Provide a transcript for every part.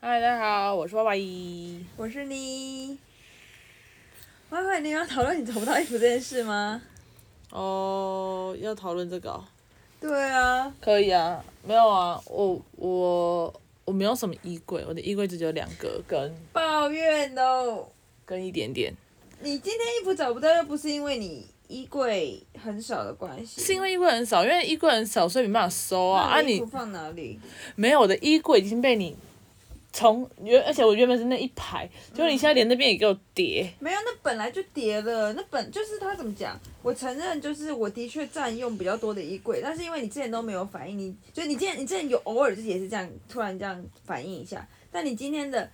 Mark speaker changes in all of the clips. Speaker 1: 嗨，大家好，我是歪歪一。
Speaker 2: 我是你。歪歪，你有要讨论你找不到衣服这件事吗？
Speaker 1: 哦，要讨论这个、哦？
Speaker 2: 对啊，
Speaker 1: 可以啊，没有啊，我我我没有什么衣柜，我的衣柜只有两个跟
Speaker 2: 抱怨哦。
Speaker 1: 跟一点点，
Speaker 2: 你今天衣服找不到，又不是因为你衣柜很少的关系，
Speaker 1: 是因为衣柜很少，因为衣柜很少，所以没办法收啊。啊
Speaker 2: 那衣
Speaker 1: 你
Speaker 2: 服放哪里？
Speaker 1: 没有，我的衣柜已经被你从原，而且我原本是那一排，结果你现在连那边也给我叠。
Speaker 2: 没有，那本来就叠了，那本就是他怎么讲？我承认，就是我的确占用比较多的衣柜，但是因为你之前都没有反应，你就你之前你之前有偶尔就是也是这样，突然这样反应一下，但你今天的，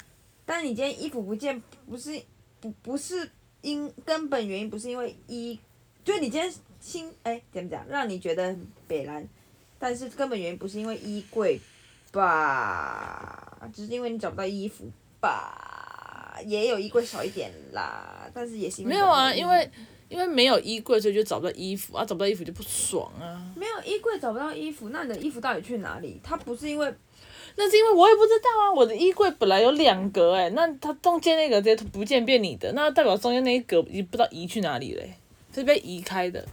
Speaker 2: 但你今天衣服不见，不是不不是因根本原因不是因为衣，就是你今天心哎、怎么讲，让你觉得很北蓝，但是根本原因不是因为衣柜吧，只是因为你找不到衣服吧，也有衣柜少一点啦，但是也是因为
Speaker 1: 没有啊，
Speaker 2: 找不到衣
Speaker 1: 因为因为没有衣柜，所以就找不到衣服啊，找不到衣服就不爽啊。
Speaker 2: 没有衣柜找不到衣服，那你的衣服到底去哪里？它不是因为
Speaker 1: 那是因为我也不知道啊，我的衣柜本来有两格哎、那它中间那个直接不见变你的，那代表中间那一格也不知道移去哪里嘞、是被移开的。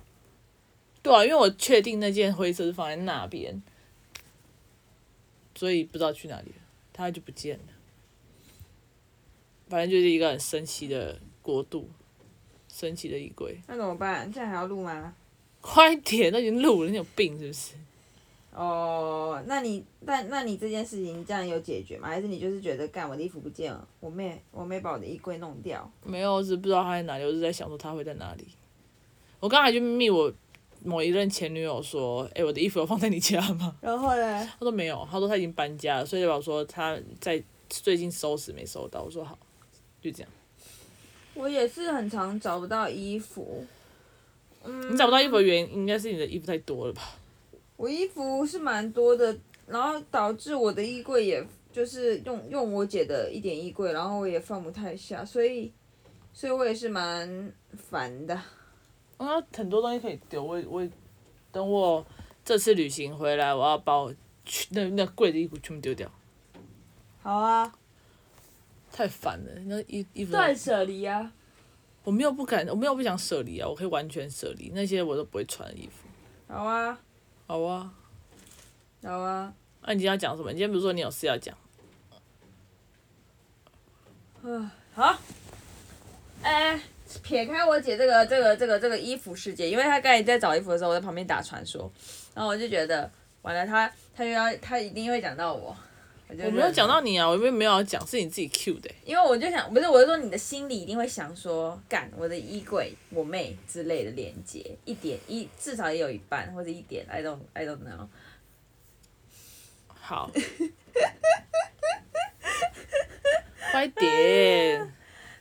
Speaker 1: 对啊，因为我确定那件灰色是放在那边，所以不知道去哪里了，它就不见了。反正就是一个很神奇的国度，神奇的衣柜。
Speaker 2: 那怎么办？现在还要录吗？
Speaker 1: 快点，都已经录了，你有病是不是？
Speaker 2: 哦，那你但那你这件事情这样有解决吗？还是你就是觉得干我的衣服不见了，我妹我妹把我的衣柜弄掉？
Speaker 1: 没有，我只是不知道他在哪里，我是在想说他会在哪里。我刚才就密我某一任前女友说，诶，我的衣服有放在你家吗？
Speaker 2: 然后呢？
Speaker 1: 她说没有，她说她已经搬家了，所以代表说她在最近收拾没收到。我说好，就这样。
Speaker 2: 我也是很常找不到衣服。嗯，
Speaker 1: 你找不到衣服的原因应该是你的衣服太多了吧？
Speaker 2: 我衣服是蛮多的，然后导致我的衣柜也就是用用我姐的一点衣柜，然后我也放不太下，所以所以我也是蛮烦的。
Speaker 1: 我有很多东西可以丢，我我等我这次旅行回来，我要把我去那那柜的衣服全部丢掉，
Speaker 2: 好啊，
Speaker 1: 太烦了。那衣衣服
Speaker 2: 断舍离啊。
Speaker 1: 我没有不敢，我没有不想舍离啊，我可以完全舍离那些我都不会穿的衣服。
Speaker 2: 好啊，
Speaker 1: 好啊，
Speaker 2: 好啊，
Speaker 1: 那、你今天要讲什么？你今天不是说你有事要讲？
Speaker 2: 好。哎、撇开我姐这个这个这个这个衣服世界，因为她刚才在找衣服的时候，我在旁边打传说，然后我就觉得完了她，她又要她一定会讲到我。我就
Speaker 1: 我没
Speaker 2: 认
Speaker 1: 有
Speaker 2: 了
Speaker 1: 讲到你啊，我没有没有要讲，是你自己 Q 的欸、
Speaker 2: 因为我就想，不是，我是说你的心里一定会想说，干我的衣柜、我妹之类的连接，一点一至少也有一半或者一点，I don't I don't know。
Speaker 1: 好，快
Speaker 2: 啊
Speaker 1: 点！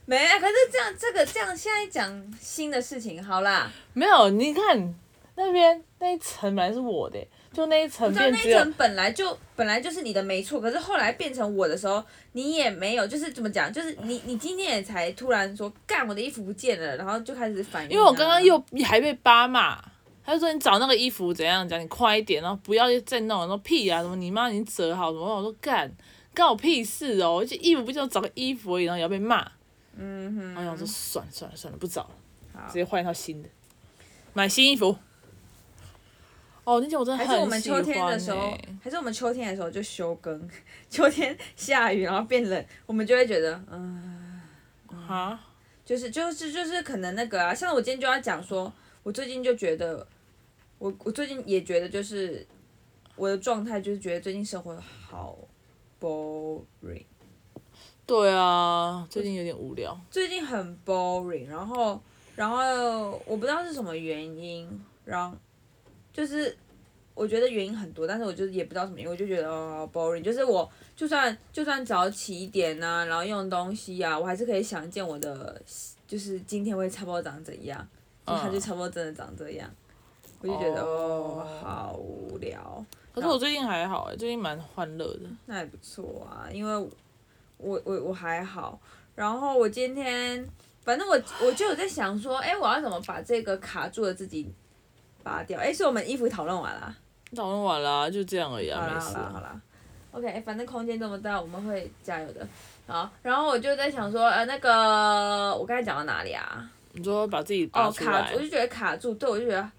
Speaker 2: 没，可是这样这个这样现在讲新的事情好啦，
Speaker 1: 没有，你看那边那一层本来是我的欸、就那一层
Speaker 2: 你知道
Speaker 1: 变
Speaker 2: 那
Speaker 1: 只
Speaker 2: 一
Speaker 1: 有
Speaker 2: 层本来就本来就是你的没错，可是后来变成我的时候，你也没有，就是怎么讲，就是你你今天也才突然说干我的衣服不见了，然后就开始反应啊、
Speaker 1: 因为我刚刚又还被爸骂，他就说你找那个衣服怎样讲，你快一点，然后哦不要再弄了，说屁啊，什么你妈已经折好什么，我说干干我屁事哦，这衣服不就找个衣服而已，然后也要被骂，哎
Speaker 2: 嗯哼，
Speaker 1: 然后我想说算了算了算了，不找了，
Speaker 2: 好
Speaker 1: 直接换一套新的，买新衣服。哦，那件我真的
Speaker 2: 还
Speaker 1: 很
Speaker 2: 是我们
Speaker 1: 喜
Speaker 2: 秋
Speaker 1: 欢、
Speaker 2: 天的时候
Speaker 1: 欸，
Speaker 2: 还是我们秋天的时候就休耕，秋天下雨然后变冷，我们就会觉得，嗯，
Speaker 1: 啊，
Speaker 2: 就是就是就是可能那个啊，像我今天就要讲说，我最近就觉得，我我最近也觉得就是我的状态就是觉得最近生活好 boring，
Speaker 1: 对啊，最近有点无聊，
Speaker 2: 最近很 boring，然后然后我不知道是什么原因，然后就是我觉得原因很多，但是我就是也不知道什么原因，我就觉得哦 boring，就是我就算就算早起一点呐、然后用东西啊，我还是可以想见我的，就是今天会差不多长怎样，就它就
Speaker 1: 嗯
Speaker 2: 差不多真的长这样，我就觉得
Speaker 1: 哦
Speaker 2: 哦好无聊，
Speaker 1: 可是我最近还好、欸，最近蛮欢乐的。
Speaker 2: 那还不错啊，因为我我我还好。然后我今天，反正我我就有在想说，哎，我要怎么把这个卡住的自己拔掉？哎，是我们衣服讨论完啦，
Speaker 1: 讨论完啦、就这样而已
Speaker 2: 好
Speaker 1: 啊，
Speaker 2: 啦
Speaker 1: 没
Speaker 2: 好
Speaker 1: 事、
Speaker 2: 啦好
Speaker 1: 啊。
Speaker 2: 啦。 OK，反正哎空间这么大，我们会加油的。好，然后我就在想说，呃，那个我刚才讲到哪里啊？
Speaker 1: 你说把自己拔
Speaker 2: 哦，
Speaker 1: 出
Speaker 2: 卡
Speaker 1: 来
Speaker 2: 住，我，就觉得卡住，对我就觉得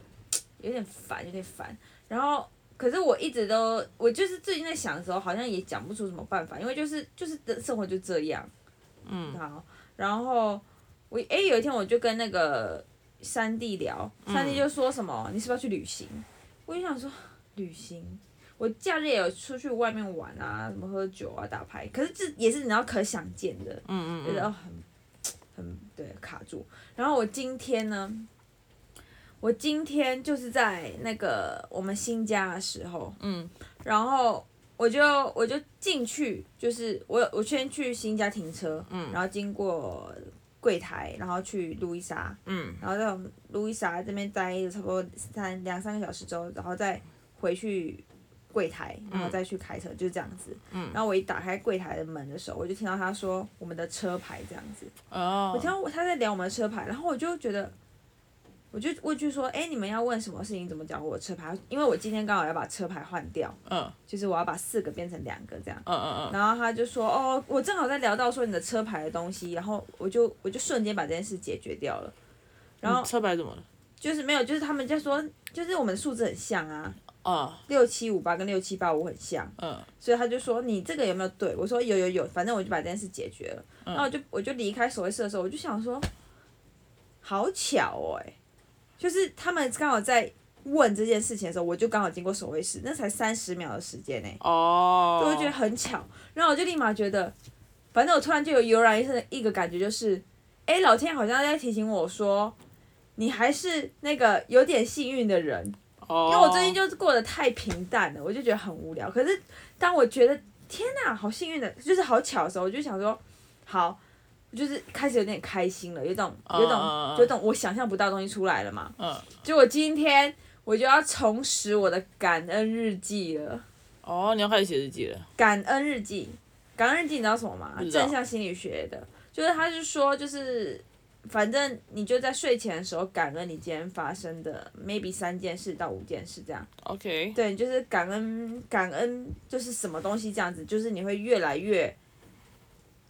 Speaker 2: 有点烦，有点烦。然后，可是我一直都，我就是最近在想的时候，好像也讲不出什么办法，因为就是就是的生活就这样。
Speaker 1: 嗯
Speaker 2: 好，然后我哎、有一天我就跟那个三弟聊，
Speaker 1: 嗯
Speaker 2: 三弟就说什么、你是不是要去旅行？我就想说旅行，我假日也有出去外面玩啊，什么喝酒啊、打牌，可是这也是你知道可想见的，
Speaker 1: 嗯
Speaker 2: 觉
Speaker 1: 嗯
Speaker 2: 得哦很很对卡住。然后我今天呢，我今天就是在那个我们新家的时候，
Speaker 1: 嗯，
Speaker 2: 然后我就我就进去，就是我有我先去新家停车，嗯，然后经过柜台，然后去路易莎，
Speaker 1: 嗯，
Speaker 2: 然后在我们路易莎这边待了差不多三两三个小时之后，然后再回去柜台，然后再去开车，就是这样子。嗯，然后我一打开柜台的门的时候，我就听到他说我们的车牌这样子，我听
Speaker 1: 哦，
Speaker 2: 到我他在聊我们的车牌，然后我就觉得，我就问句说，哎，你们要问什么事情？怎么讲我的车牌？因为我今天刚好要把车牌换掉，
Speaker 1: 嗯
Speaker 2: 就是我要把四个变成两个这样。
Speaker 1: 嗯嗯嗯，
Speaker 2: 然后他就说，哦，我正好在聊到说你的车牌的东西，然后我就我就瞬间把这件事解决掉了。然后
Speaker 1: 你车牌怎么了？
Speaker 2: 就是没有，就是他们就说，就是我们数字很像啊，
Speaker 1: 啊，
Speaker 2: 六七五八跟六七八五很像，
Speaker 1: 嗯
Speaker 2: 所以他就说你这个有没有对？我说有有有，反正我就把这件事解决了。
Speaker 1: 嗯
Speaker 2: 然后我就我就离开手绘社的时候，我就想说，好巧哦、欸，就是他们刚好在问这件事情的时候，我就刚好经过手绘室，那才三十秒的时间呢、哎
Speaker 1: 哦，
Speaker 2: 所以我觉得很巧。然后我就立马觉得，反正我突然就有油然一生的一个感觉，就是，哎，老天好像在提醒我说，你还是那个有点幸运的人，
Speaker 1: 哦，
Speaker 2: 因为我最近就是过得太平淡了，我就觉得很无聊。可是当我觉得天哪，好幸运的，就是好巧的时候，我就想说，好，就是开始有点开心了，有种有种
Speaker 1: 嗯嗯嗯
Speaker 2: 有种我想象不到的东西出来了嘛。
Speaker 1: 嗯
Speaker 2: 就我今天我就要重拾我的感恩日记了。
Speaker 1: 哦，你要开始写日记了，
Speaker 2: 感恩日记，感恩日记你知道什么吗
Speaker 1: 不？知道
Speaker 2: 正向心理学的，就是他是说，就是反正你就在睡前的时候感恩你今天发生的 maybe 三件事到五件事这样，
Speaker 1: ，OK，
Speaker 2: 对，你就是感恩感恩就是什么东西这样子，就是你会越来越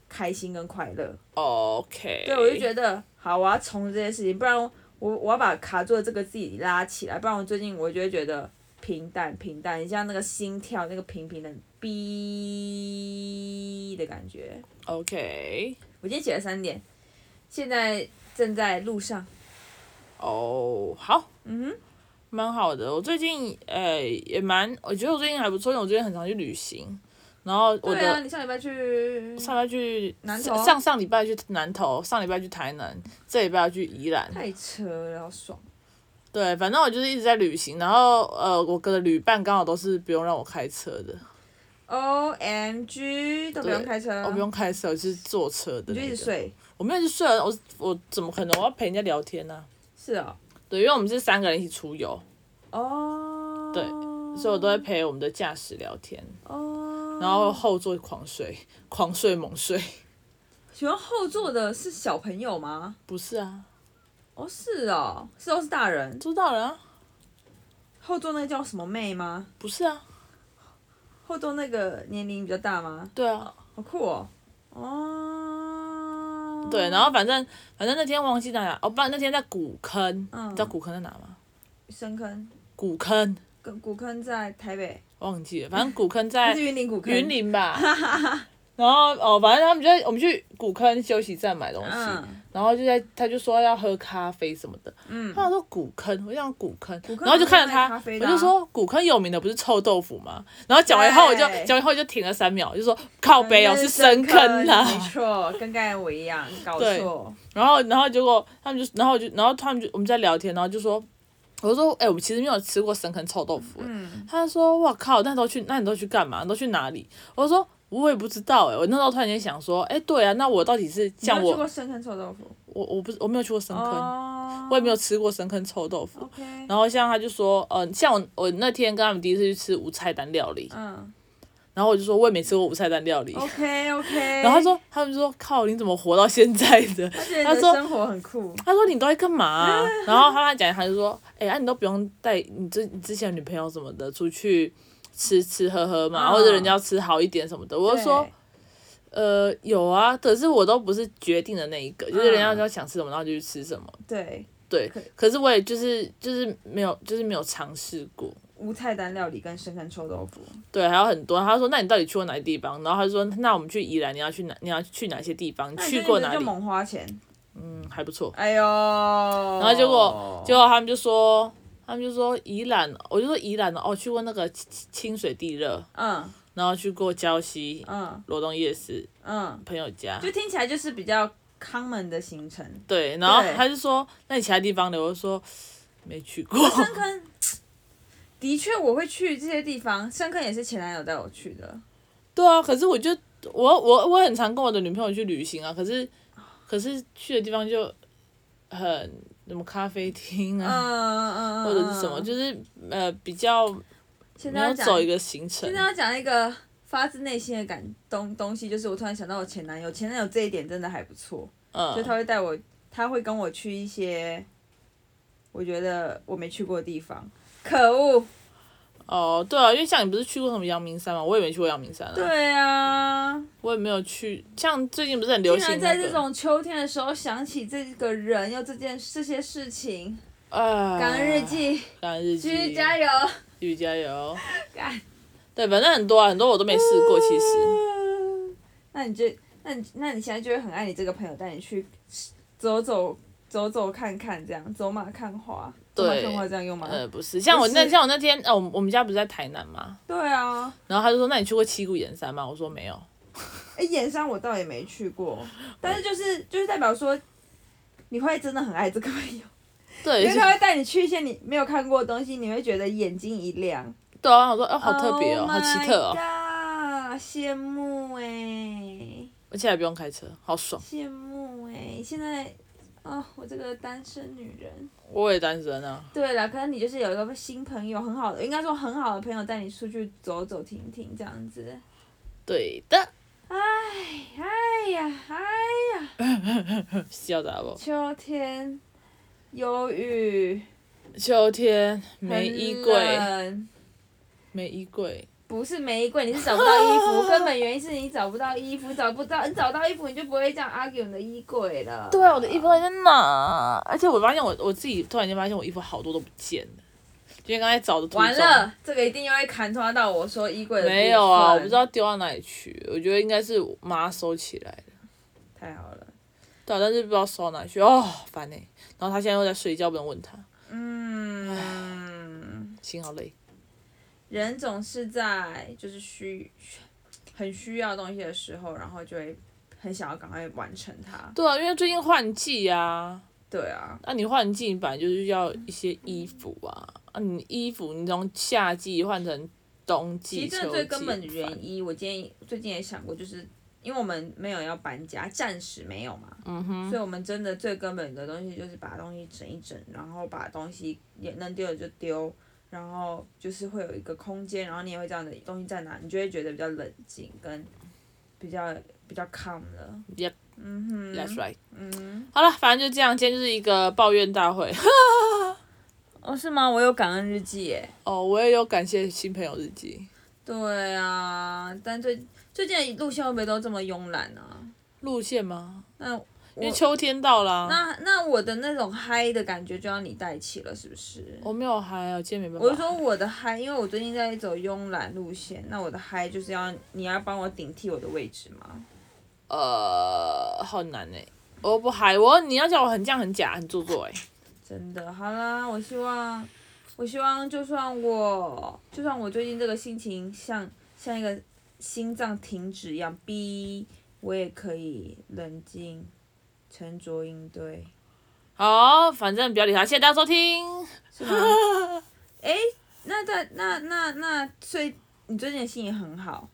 Speaker 2: 开心跟快乐。
Speaker 1: OK，
Speaker 2: 对，我就觉得好，我要重这件事情，不然我我要把卡住的这个自己拉起来，不然我最近我就会觉得平淡平淡，你像那个心跳那个平平的哔的感觉。
Speaker 1: OK，
Speaker 2: 我今天写了三点，现在正在路上。
Speaker 1: 哦，好，
Speaker 2: 嗯哼，
Speaker 1: 蛮好的。我最近呃也蛮，我觉得我最近还不错，因为我最近很常去旅行，然后我
Speaker 2: 对
Speaker 1: 的
Speaker 2: 啊，你上礼拜去
Speaker 1: 上礼拜去
Speaker 2: 南投啊
Speaker 1: 上上上礼拜去南投，上礼拜去台南，这礼拜要去宜兰。
Speaker 2: 太扯了，好爽。
Speaker 1: 对，反正我就是一直在旅行，然后呃，我跟的旅伴刚好都是不用让我开车的，
Speaker 2: O M G，都不用
Speaker 1: 对
Speaker 2: 开车，
Speaker 1: 我哦不用开车，我就是坐车的、
Speaker 2: 嗯你
Speaker 1: 那
Speaker 2: 就一
Speaker 1: 个
Speaker 2: 直睡。
Speaker 1: 我没有去睡啊，我我怎么可能我要陪人家聊天呢、
Speaker 2: 是哦，
Speaker 1: 对，因为我们是三个人一起出游，
Speaker 2: 哦，
Speaker 1: 对所以我都会陪我们的驾驶聊天，
Speaker 2: 哦，
Speaker 1: 然后后座狂睡，狂睡猛睡。
Speaker 2: 喜欢后座的是小朋友吗？
Speaker 1: 不是啊，
Speaker 2: 哦，是哦，是都是大人。
Speaker 1: 知道了啊，
Speaker 2: 后座那个叫什么妹吗？
Speaker 1: 不是啊，
Speaker 2: 后座那个年龄比较大吗？
Speaker 1: 对啊，
Speaker 2: 好酷哦。哦。
Speaker 1: 对，然后反正反正那天忘记在哪，哦，不然那天在古坑，
Speaker 2: 嗯
Speaker 1: 你知道古坑在哪吗？
Speaker 2: 深坑
Speaker 1: 古坑
Speaker 2: 跟古坑在台北，
Speaker 1: 忘记了，反正古坑
Speaker 2: 还
Speaker 1: 在
Speaker 2: 是云林古坑。
Speaker 1: 云。林 吧。然后哦，反正他们就在我们去古坑休息站买东西，
Speaker 2: 嗯。
Speaker 1: 然后就在他就说要喝咖啡什么的，
Speaker 2: 嗯
Speaker 1: 他说古坑，我想古坑，
Speaker 2: 坑
Speaker 1: 然后就看着
Speaker 2: 有卖
Speaker 1: 他
Speaker 2: 咖，啡
Speaker 1: 我
Speaker 2: 的啊
Speaker 1: 就说古坑有名的不是臭豆腐吗？然后讲完以后我就
Speaker 2: 对
Speaker 1: 讲完以后就停了三秒，我就说靠北哦，是深坑啦。
Speaker 2: 没错，跟刚才我一样，搞
Speaker 1: 对
Speaker 2: 错。
Speaker 1: 然后然后结果他们就然后我就然后他们就我们在聊天，然后就说。我就说，哎、我们其实没有吃过深坑臭豆腐、欸
Speaker 2: 嗯，
Speaker 1: 他就说，哇靠，那你都去，那你都去干嘛？你都去哪里？我说，我也不知道、欸，我那时候突然间想说，哎、对啊，那我到底是
Speaker 2: 你有
Speaker 1: 像
Speaker 2: 去过
Speaker 1: 我，
Speaker 2: 深坑臭豆腐？
Speaker 1: 我我不是我没有去过深坑，
Speaker 2: 哦。
Speaker 1: 我也没有。吃过深坑臭豆腐。
Speaker 2: OK。
Speaker 1: 然后像他就说，嗯、像我我那天跟他们第一次去吃无菜单料理，
Speaker 2: 嗯
Speaker 1: 然后我就说我也没吃过无菜单料理，
Speaker 2: ，OK OK，
Speaker 1: 然后他说他们就说靠，你怎么活到现在的？
Speaker 2: 他觉得
Speaker 1: 他
Speaker 2: 你的
Speaker 1: 说
Speaker 2: 生活很酷，
Speaker 1: 他说你都在干嘛啊、 然后他来讲，他就说，哎、啊你都不用带你之你之前的女朋友什么的出去吃吃喝喝嘛，
Speaker 2: 嗯
Speaker 1: 或者人家要吃好一点什么的，我就说
Speaker 2: 对，
Speaker 1: 呃，有啊，可是我都不是决定的那一个，就是人家
Speaker 2: 嗯
Speaker 1: 要想吃什么，然后就去吃什么。
Speaker 2: 对，
Speaker 1: 对
Speaker 2: 可，
Speaker 1: 可是我也就是就是没有就是没有尝试过。
Speaker 2: 无菜单料理跟生干臭豆腐。
Speaker 1: 对，还有很多。他说：“那你到底去过哪些地方？”然后他就说：“那我们去宜兰，你要去哪？你要去哪些地方？
Speaker 2: 那你
Speaker 1: 去
Speaker 2: 就
Speaker 1: 过
Speaker 2: 你
Speaker 1: 哪
Speaker 2: 就
Speaker 1: 里？
Speaker 2: 猛花钱，
Speaker 1: 嗯，还不错。
Speaker 2: 哎呦。然
Speaker 1: 然后结
Speaker 2: 哦
Speaker 1: 果，结果他们就说，他们就说宜兰，我就说宜兰哦，去过那个清清水地热，
Speaker 2: 嗯
Speaker 1: 然后去过礁溪、
Speaker 2: 嗯
Speaker 1: 罗东夜市、
Speaker 2: 嗯，
Speaker 1: 朋友家
Speaker 2: 就，听起来就是比较 common 的行程。
Speaker 1: 对。然后
Speaker 2: 对
Speaker 1: 他就说，那你其他地方呢？我就说没去过。
Speaker 2: 深坑，的确我会去这些地方，深坑也是前男友带我去的。
Speaker 1: 对啊，可是我就我我我很常跟我的女朋友去旅行啊，可是可是去的地方就很什么咖啡厅
Speaker 2: 嗯
Speaker 1: 啊，
Speaker 2: 嗯嗯，
Speaker 1: 或者是什么，就是呃比较
Speaker 2: 现
Speaker 1: 没
Speaker 2: 在要
Speaker 1: 有
Speaker 2: 讲，
Speaker 1: 走一个行程
Speaker 2: 现。在要讲一个发自内心的感东东西，就是我突然想到我前男友，前男友这一点真的还不错，
Speaker 1: 嗯
Speaker 2: 所以，他会带我，他会跟我去一些我觉得我没去过的地方。可恶，
Speaker 1: 哦，对啊，因为像你不是去过什么阳明山嘛，我也没去过阳明山啊，
Speaker 2: 对啊，
Speaker 1: 我也没有去。像最近不是很
Speaker 2: 竟
Speaker 1: 流行
Speaker 2: 然
Speaker 1: 那
Speaker 2: 在这
Speaker 1: 个，
Speaker 2: 种秋天的时候想起这个人，又这件这些事情，
Speaker 1: 呃，
Speaker 2: 感恩日，记，
Speaker 1: 感恩日
Speaker 2: 继
Speaker 1: 记，
Speaker 2: 续加油。
Speaker 1: 继续加油
Speaker 2: 干。
Speaker 1: 对，反正很多啊，很多我都没试过，其实。
Speaker 2: 那你就，那你那你现在就会很爱你这个朋友，带你去走走走走看看，这样走马看花，走马
Speaker 1: 对
Speaker 2: 看花这样用吗？
Speaker 1: 呃，不是，像我
Speaker 2: 嗯不
Speaker 1: 那
Speaker 2: 是
Speaker 1: 像我那天，呃，我们我们家不是在台南嘛，
Speaker 2: 对啊，
Speaker 1: 然后他就说：“那你去过七股岩山吗？”我说：“没有。
Speaker 2: 哎、盐山我倒也没去
Speaker 1: 哦
Speaker 2: 过，但是就是就是代表说，你会真的很爱这个朋友，”
Speaker 1: 对，
Speaker 2: 因为
Speaker 1: 是
Speaker 2: 他会带你去一些你没有看过的东西，你会觉得眼睛一亮，
Speaker 1: 对啊，我说：“哦，好特别哦，
Speaker 2: Oh
Speaker 1: 好奇特哦，
Speaker 2: my god，羡慕哎、
Speaker 1: 而且还不用开车，好爽。
Speaker 2: 羡慕哎、现在啊、我这个单身女人。”
Speaker 1: 我也单身啊，
Speaker 2: 对了，可能你就是有一个新朋友，很好的，应该说很好的朋友带你出去走走停停这样子。
Speaker 1: 对的，
Speaker 2: 哎呀，哎呀，
Speaker 1: 笑打不？
Speaker 2: 秋天，忧郁，
Speaker 1: 秋天没
Speaker 2: 很
Speaker 1: 衣柜，
Speaker 2: 冷
Speaker 1: 没衣柜，
Speaker 2: 不是没衣柜，你是找不到衣服，根本原因是你找不到 衣服，找不到，你找到衣服你就不会这样 argue 你的衣柜了。
Speaker 1: 对啊，我的衣服到底在哪？而且我发现我我自己突然间发现我衣服好多都不见了，就因为刚才找的途中。
Speaker 2: 完了，这个一定又会砍拖到我说衣柜的部分
Speaker 1: 没有啊，我不知，道丢到哪里去，我觉得应该是我妈收起来的，
Speaker 2: 太好了，
Speaker 1: 对啊、但是不知道收到哪里去，哦，烦呢、然后她现在又在睡觉，不能问她，
Speaker 2: 嗯。
Speaker 1: 心好累。
Speaker 2: 人总是在就是需很需要东西的时候，然后就会很想要赶快完成它。
Speaker 1: 对啊，因为最近换季啊，
Speaker 2: 对啊，
Speaker 1: 那、你换季，你本来就是要一些衣服啊，啊，你衣服你从夏季换成冬
Speaker 2: 其
Speaker 1: 季、
Speaker 2: 实
Speaker 1: 秋季，
Speaker 2: 真的最根本的原
Speaker 1: 因，
Speaker 2: 因，我今天最近也想过，就是因为我们没有要搬家，暂时没有嘛，
Speaker 1: 嗯哼，
Speaker 2: 所以我们真的最根本的东西就是把东西整一整，然后把东西也能丢的就丢。然后就是会有一个空间，然后你也会这样的东西在哪，你就会觉得比较冷静，跟比较比较 calm 了。
Speaker 1: Yep
Speaker 2: 嗯哼
Speaker 1: That's right。
Speaker 2: 嗯。
Speaker 1: 好了，反正就这样，今天就是一个抱怨大会。
Speaker 2: 哦，是吗？我有感恩日记耶。
Speaker 1: 哦，我也有感谢新朋友日记，
Speaker 2: 对啊，但最最近的路线会不会都这么慵懒啊？
Speaker 1: 路线吗？
Speaker 2: 那
Speaker 1: 因为秋天到啊啦、
Speaker 2: 那那我的那种嗨的感觉就要你带起了，是不是？
Speaker 1: 我没有嗨啊，今天没办法。
Speaker 2: 我是说我的嗨，因为我最近在走慵懒路线，那我的嗨就是要你要帮我顶替我的位置吗？
Speaker 1: 呃，好难哎、我不嗨，我你要叫我很犟很假很做作哎、
Speaker 2: 真的，好啦，我希望，我希望就算我就算我最近这个心情像像一个心脏停止一样，逼我也可以冷静、沉着应对。
Speaker 1: 好，反正不要理他，谢谢大家收听。
Speaker 2: 是吗？哎、那在那那那，所以你最近的心情很好，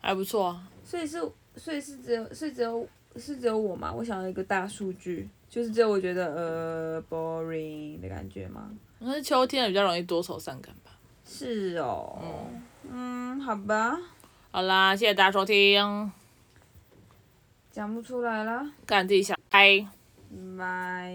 Speaker 1: 还不错啊，
Speaker 2: 所以是所以是只有所以只有是只有我吗？我想要一个大数据，就是只有我觉得呃 boring 的感觉吗？
Speaker 1: 那是秋天比较容易多愁善感吧。
Speaker 2: 是哦，嗯，好吧，
Speaker 1: 好啦，谢谢大家收听，
Speaker 2: 讲不出来了，
Speaker 1: 干自己想嗨。
Speaker 2: 拜。